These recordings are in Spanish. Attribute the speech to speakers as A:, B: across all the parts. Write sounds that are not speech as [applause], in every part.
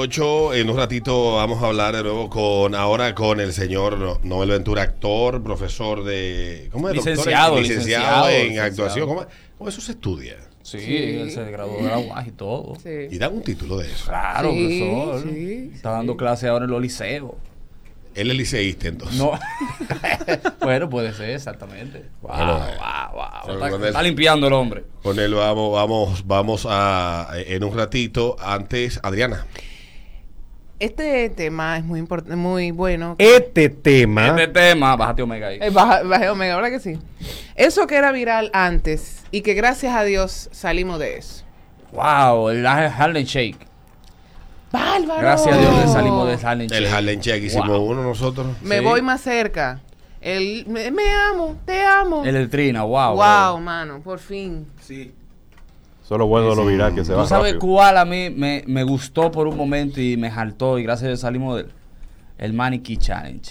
A: 38, en un ratito vamos a hablar de nuevo con ahora con el señor Nobel Ventura, actor, profesor de ¿cómo es?
B: Licenciado,
A: Doctor en- licenciado,
B: licenciado,
A: en
B: licenciado.
A: actuación. ¿Cómo, cómo eso se estudia?
B: Sí,
C: Sí.
B: él se graduó de la UAS y todo.
C: Sí.
A: Y dan un título de eso.
B: Claro,
C: Sí,
B: profesor.
C: sí,
B: Está
C: sí.
B: dando clases ahora en los liceos.
A: Él es liceísta entonces.
B: No. [laughs] bueno, puede ser, exactamente. Wow,
A: Bueno,
B: wow, wow.
A: pero
B: Está,
A: con él-
B: está limpiando el hombre.
A: Con él vamos, vamos, vamos a en un ratito. Antes, Adriana.
C: Este tema es muy importante, muy bueno.
B: Eh.
D: Este
A: ¿Ah?
D: tema.
B: Este tema, bájate Omega ahí.
C: Eh, baja- Bajé Omega, ¿verdad que sí? Eso que era viral antes y que gracias a Dios salimos de eso.
B: Wow, el Harlem Shake.
C: ¡Bárbaro!
B: Gracias a Dios le salimos del Harlem Shake.
A: El Harlem Check hicimos
B: Este Wow.
A: uno nosotros.
C: Me
B: Sí.
C: voy más cerca. El, me, me amo, te amo.
B: El Eltrina, wow.
C: wow, mano, por fin.
E: Eso es lo bueno de lo viral que se va
B: ¿Tú sabes
E: rápido.
B: cuál a mí me, me gustó por un momento y me jaltó y gracias a Dios salimos del el Maniquí Challenge.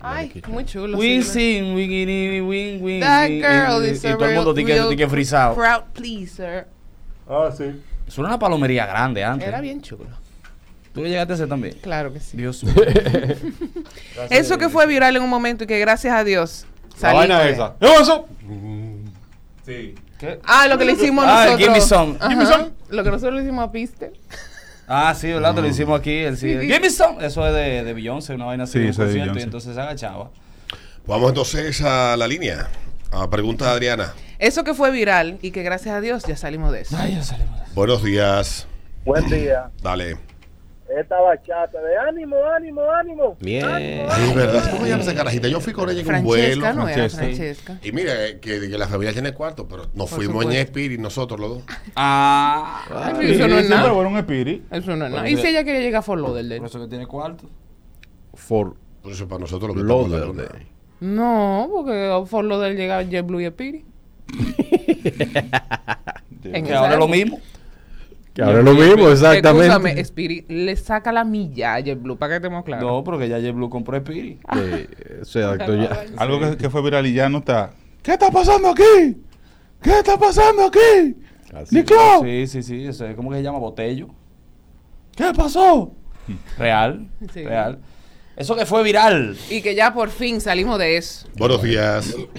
C: Ay, muy chulo.
B: Win
C: sí.
B: sing, win win win win.
C: That
B: win,
C: girl
B: y,
C: is
B: y
C: a
B: todo el mundo
C: real-
B: tique,
C: real
B: tique frisado.
C: Proud pleaser.
E: Ah, sí.
B: Eso era una palomería grande antes.
C: Era bien chulo.
B: Tú llegaste a hacer también.
C: Claro que
E: [laughs]
C: sí.
B: Dios mío.
C: Eso que fue viral en un momento y que gracias a Dios
E: La
C: salimos
E: vaina
C: de-
E: esa. ¡No, eso! Sí.
C: Ah, lo que le hicimos
B: Ah,
C: nosotros.
B: give me some.
C: Ajá.
B: Give me some.
C: Lo que nosotros le hicimos a Piste.
B: Ah, sí, ¿verdad? Te lo hicimos aquí. El, sí, el
C: Sí.
B: Give me some. Eso es de, de Beyoncé, una vaina así.
E: Sí,
B: un
E: eso es de
B: concierto, y
E: Beyoncé.
B: entonces se agachaba.
A: Vamos entonces a la línea. A pregunta de Adriana.
C: Eso que fue viral y que gracias a Dios ya salimos de eso.
B: Ay, ya salimos. de eso.
A: Buenos días.
F: Buen día.
A: Dale.
F: Esta bachata de ánimo, ánimo, ánimo.
D: Bien.
A: Ay, ¿verdad? ¿Cómo llamas esa carajita? Yo fui con ella en un vuelo.
C: Francesca no era
E: Francesca.
C: Francesca.
A: Y mira, eh, que, que la familia tiene cuarto, pero nos
C: Por
A: fuimos en
C: supuesto.
A: Spirit nosotros los dos.
B: Ah.
C: Ay, pero eso no es nada.
E: un espíritu.
C: Eso no es nada.
B: Por
C: Y
B: eso-
C: si ella quería llegar a Fort Lauderdale.
B: Por eso que tiene cuarto.
D: For
A: Por eso para nosotros lo que estamos en la luna.
D: Lauderdale.
C: No, porque a Fort Lauderdale llegaba JetBlue y
B: [laughs]
C: Spirit.
B: Que ahora es lo mismo.
D: Que ahora es lo mismo,
C: Escúchame,
D: exactamente.
C: Spirit le saca la milla a JetBlue para que estemos claros.
B: No, porque ya JetBlue compró Spirit.
D: Sí, se adaptó ya.
G: Algo que, que fue viral y ya no está. ¿Qué está pasando aquí? ¿Qué está pasando aquí?
D: Así.
G: ¡Niclo!
B: Sí, sí, sí. Eso es como que se llama botello.
G: ¿Qué pasó?
B: Real.
C: Sí.
B: Real. Eso que fue viral.
C: Y que ya por fin salimos de eso.
A: Buenos días.
C: [laughs]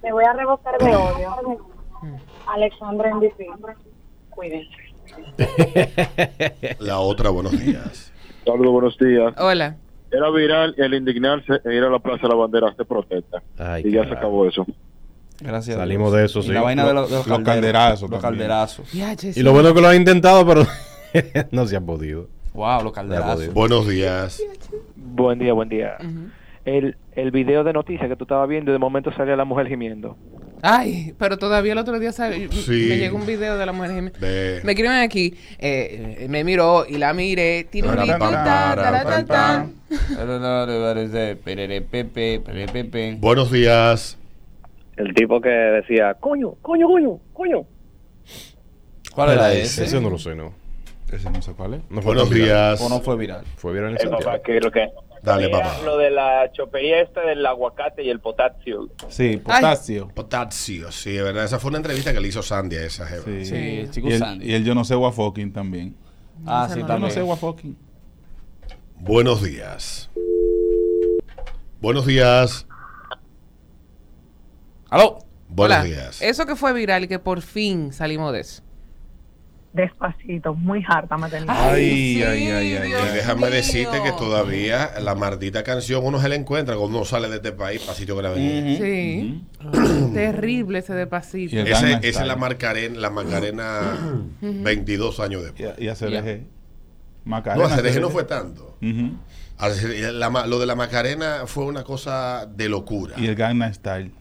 H: Me voy a revocar de odio. Alexandra MVP. Cuídense.
A: La otra, buenos días.
F: Saludos, buenos días.
C: Hola.
F: Era viral el indignarse e ir a la Plaza de la Bandera se protesta.
D: Ay,
F: y ya
D: carajo.
F: se acabó eso.
B: Gracias. a
D: Salimos
B: Dios.
D: de eso,
B: Y
D: sí.
B: La vaina de los, de los
G: Los calderazos
B: Los
G: también.
B: calderazos.
C: Ya, Jessy.
D: Y lo bueno que lo ha intentado, pero [laughs] no se ha podido.
B: Wow, los
D: Ya,
B: calderazos.
A: Buenos días.
I: Buen día, buen día.
C: Ujú.
I: El, el video de noticias que tú estabas viendo, de momento salía la mujer gimiendo.
C: Ay, pero todavía el otro día sabe-
A: Sí.
C: me llegó un video de la mujer gemela.
A: De-
C: Me escriben aquí, eh, eh, me miró y la miré. Tiene un
A: Tarapam,
C: ritmo, ta,
A: tarapam,
C: taratan, tan.
B: Pererepepe, pererepepe.
A: Buenos días.
F: El tipo que decía, coño, coño, coño, coño.
B: ¿Cuál era ese?
D: Ese no lo sé, no.
G: Ese no sé cuál es.
D: No fue
A: Buenos
D: tan viral.
A: días.
B: ¿O no fue viral?
D: Fue viral en Santiago.
F: que lo que...
A: Dale, papá.
F: Lo de la chopería esta del aguacate y el potasio.
G: Sí, potasio.
A: Potasio, sí, es verdad. Esa fue una entrevista que le hizo Sandy a esa jeva.
G: Sí.
B: Sí, el chico
G: Y el,
B: Sandy.
G: y el yo no sé wafoking también.
B: ah, sí,
G: Yo no sé
B: también.
G: wafoking.
A: Buenos días. Buenos días.
B: ¿Aló?
A: Buenos
C: Hola.
A: días.
C: Eso que fue viral y que por fin salimos de eso.
H: Despacito, muy harta me tenía.
G: Ay,
C: sí,
G: ay, ay, ay,
C: Dios
A: Y déjame
C: mío.
A: decirte que todavía la maldita canción uno se la encuentra cuando uno sale de este país, pasito que la venía.
B: Ujú.
C: Sí. Terrible ese de pasito.
G: Y el-
A: Ese-
G: Gangnam
A: Esa es
G: Style.
A: la Macarena, la Macarena 22 años después.
G: Y, y hacer
C: Ya.
G: eje.
A: No,
G: Macarena.
A: Cereje no
G: hacer
A: fue tanto.
G: eje. Ujú.
A: A Cereje- la ma- lo de la Macarena fue una cosa de locura.
G: Y el Gangnam Style.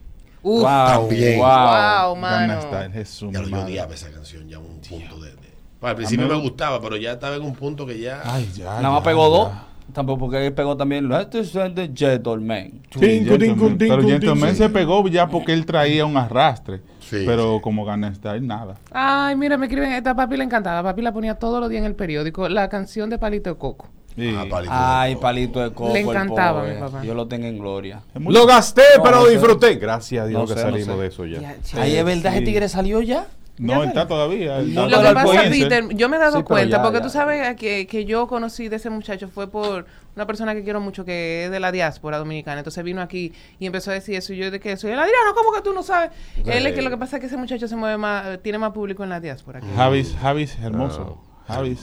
C: Uf, wow,
B: wow,
A: también.
B: wow.
C: mano.
G: Gangnam Style, Jesús.
A: Ya lo yo
G: madre.
A: odiaba esa canción ya a un punto de... de- Bueno, al principio me
G: Amén.
A: gustaba, pero ya estaba en un punto que ya...
G: Ay, ya.
B: Nada más pegó dos. Tampoco porque él pegó también. Este es el de Gentleman.
G: Tinco, tinco, tinco, Pero Gentleman
D: tinco.
G: se pegó ya porque él traía un arrastre.
A: Sí,
G: pero como Gangnam Style, nada.
C: Ay, mira, me escriben, esta papi le encantaba. Papi la ponía todos los días en el periódico, la canción de Palito de Coco.
G: Sí.
A: Ah, palito.
B: Ay, palito de coco.
C: Le
B: el
C: encantaba a mi
B: pobre.
C: papá.
B: Yo lo tengo en gloria.
G: Es muy-
D: Lo gasté,
B: No,
D: pero
B: no
D: lo
B: sé.
D: disfruté. Gracias a Dios
B: No
D: que
B: sé, no
D: salimos
B: sé.
D: de eso ya.
C: Ya, che.
B: Ay, es verdad, ese tigre salió ya.
G: No, está todavía. él está
C: Lo que
G: todavía
C: pasa,
G: al quince.
C: Peter, yo me he dado
E: Sí, pero
C: cuenta,
E: ya,
C: porque
E: ya.
C: tú sabes que, que yo conocí de ese muchacho fue por una persona que quiero mucho, que es de la diáspora dominicana. Entonces vino aquí y empezó a decir eso. Y yo, ¿de qué soy? El no ¿cómo que tú no sabes? Él es que lo que pasa es que ese muchacho se mueve más, eh, tiene más público en la diáspora. que-
G: Javis, Javis, hermoso. Javis.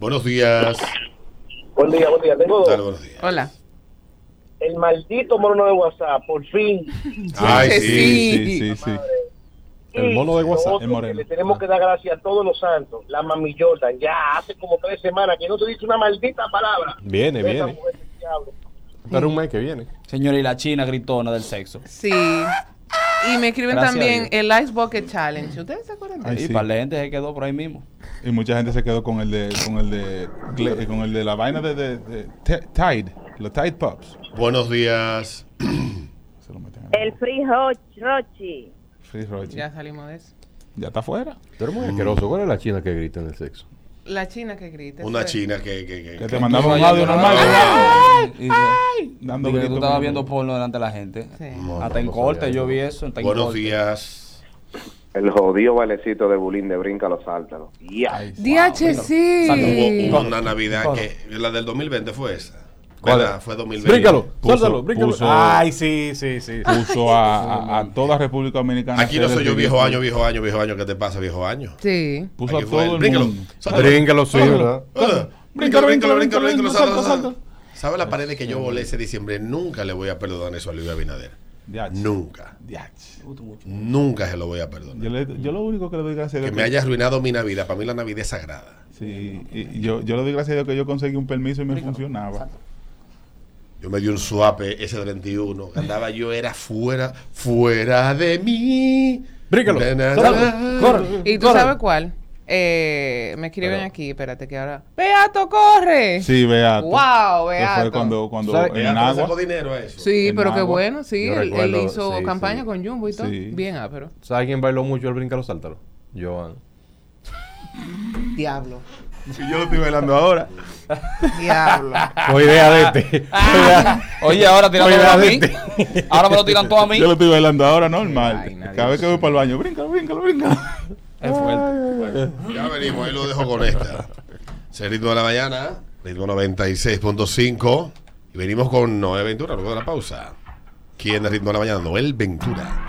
A: Buenos días.
I: Buen día, buen día. Tengo
A: Dale, buenos días.
C: Hola.
I: el maldito mono de WhatsApp, por fin.
A: Ay, sí.
G: Sí, sí, sí.
D: El mono de
I: Y lo
D: WhatsApp,
I: otro
G: el moreno.
I: que Le tenemos que dar gracias a todos los santos. La mami Jordan, ya hace como tres semanas que no te dice una maldita palabra.
D: Viene,
I: Esa
D: viene.
I: mujer que habla.
E: Pero un mes que viene.
B: Señora, y la china gritona del sexo.
C: Sí. Y me escriben
B: Gracias a
C: también el Ice Bucket Challenge. ¿Ustedes se acuerdan de
G: Ay,
B: y
G: sí.
B: para la gente se quedó por ahí mismo.
G: Y mucha gente se quedó con el de, con el de, gle- eh, con el de la vaina de, de- de Te- Tide, los Tide Pops.
A: Buenos días.
G: Se lo meten ahí.
H: El Free Roch- Rochi.
G: Free Roach.
C: eso? Ya salimos de eso.
G: Ya está afuera.
D: Tú eres muy asqueroso. ¿Cuál es la china que grita en el sexo?
C: La china que grita.
A: Una
C: eso es.
A: china que... que- que-
G: Que
A: que-
G: te mandamos un audio normal.
B: Y-
G: Dando
B: y que tú
G: gritos
B: estabas
G: como-
B: viendo porno delante de la gente.
C: Sí.
D: No,
B: Hasta
D: no,
B: en
D: no
B: corte,
D: sabía
B: yo
D: eso.
B: vi eso. hasta en
A: Buenos
B: corte.
A: días.
J: El jodido bailecito de Bulín de Bríncalo, Sáltalo. Ya.
G: Ay,
C: DH, sí.
B: Saludo.
A: Hubo
B: Corre,
A: una Navidad
B: corre.
A: que... La del 2020 fue esa.
D: ¿Cuál
A: ¿Verdad?
D: es?
A: Fue 2020.
D: Bríncalo,
G: Puso-
D: sáltalo, bríncalo.
G: puso-
E: Ay, sí, sí, sí. sí.
G: Puso a, a- a toda República Dominicana.
A: Aquí no
G: a hacer
A: soy yo
G: el
A: viejo año,
G: ridículo.
A: viejo año, viejo año. ¿Qué te pasa, viejo año?
C: Sí.
G: Puso
A: Aquí
G: a
A: fue
G: todo el
A: bríncalo.
G: mundo.
A: Sáltalo.
D: Bríncalo, sí, ¿verdad?
A: Ah,
G: Bríncalo, bríncalo, bríncalo, salta,
A: salta,
G: salta.
A: salta. ¿Sabe la pared de que yo volé ese diciembre? Nunca le voy a perdonar eso a Luis Abinader.
G: Diach,
A: Nunca.
G: diach.
A: Nunca se lo voy a perdonar.
G: Yo, le- yo lo único que le doy gracias a
A: Que
G: Dios
A: me
G: que-
A: haya arruinado mi Navidad. Para mí la Navidad es sagrada.
G: Sí, y yo, yo le doy gracias a Dios que yo conseguí un permiso y me funcionaba.
A: Yo me di un suape ese 31. Que andaba yo, era fuera, fuera de mí.
D: Bríncalo,
A: Na, na,
D: sáltalo,
A: na.
D: corre.
C: ¿Y tú
D: corre.
C: sabes cuál? Eh, me escriben
D: Pero-
C: aquí, espérate que ahora. ¡Beato, corre!
G: Sí, Beato.
C: ¡Wow,
G: Que
C: Beato!
G: Fue cuando, cuando
D: ¿Sabes?
A: Eh,
G: en
A: ¿no sacó
G: agua.
A: dinero a eso?
C: Sí,
G: en
C: pero qué
G: agua.
C: bueno, sí.
D: Yo
C: Él, él
D: recuerdo,
C: hizo
D: sí,
C: campaña
D: sí.
C: con Jumbo y todo.
G: Sí.
C: Bien, ah, pero.
D: ¿Sabes quién bailó mucho el bríncalo, sáltalo? Joan.
C: Diablo.
G: Y yo lo estoy bailando ahora.
C: Diablo.
D: Fue idea de
C: [laughs]
D: este.
B: Oye, ahora tiran todo
D: Oiga,
B: a mí.
D: vete.
B: Ahora me lo tiran todo a
G: [laughs]
B: mí.
G: Yo lo estoy bailando ahora
C: Ay,
G: normal.
C: nadie
G: Cada vez que voy para el baño, bríncalo, bríncalo, bríncalo.
B: Es fuerte.
A: Ya venimos, ahí lo dejo con [laughs] esta. Es el ritmo de la mañana, ritmo 96.5. Y venimos con Noel Ventura, luego de la pausa. ¿Quién es ritmo de la mañana? Noel Ventura.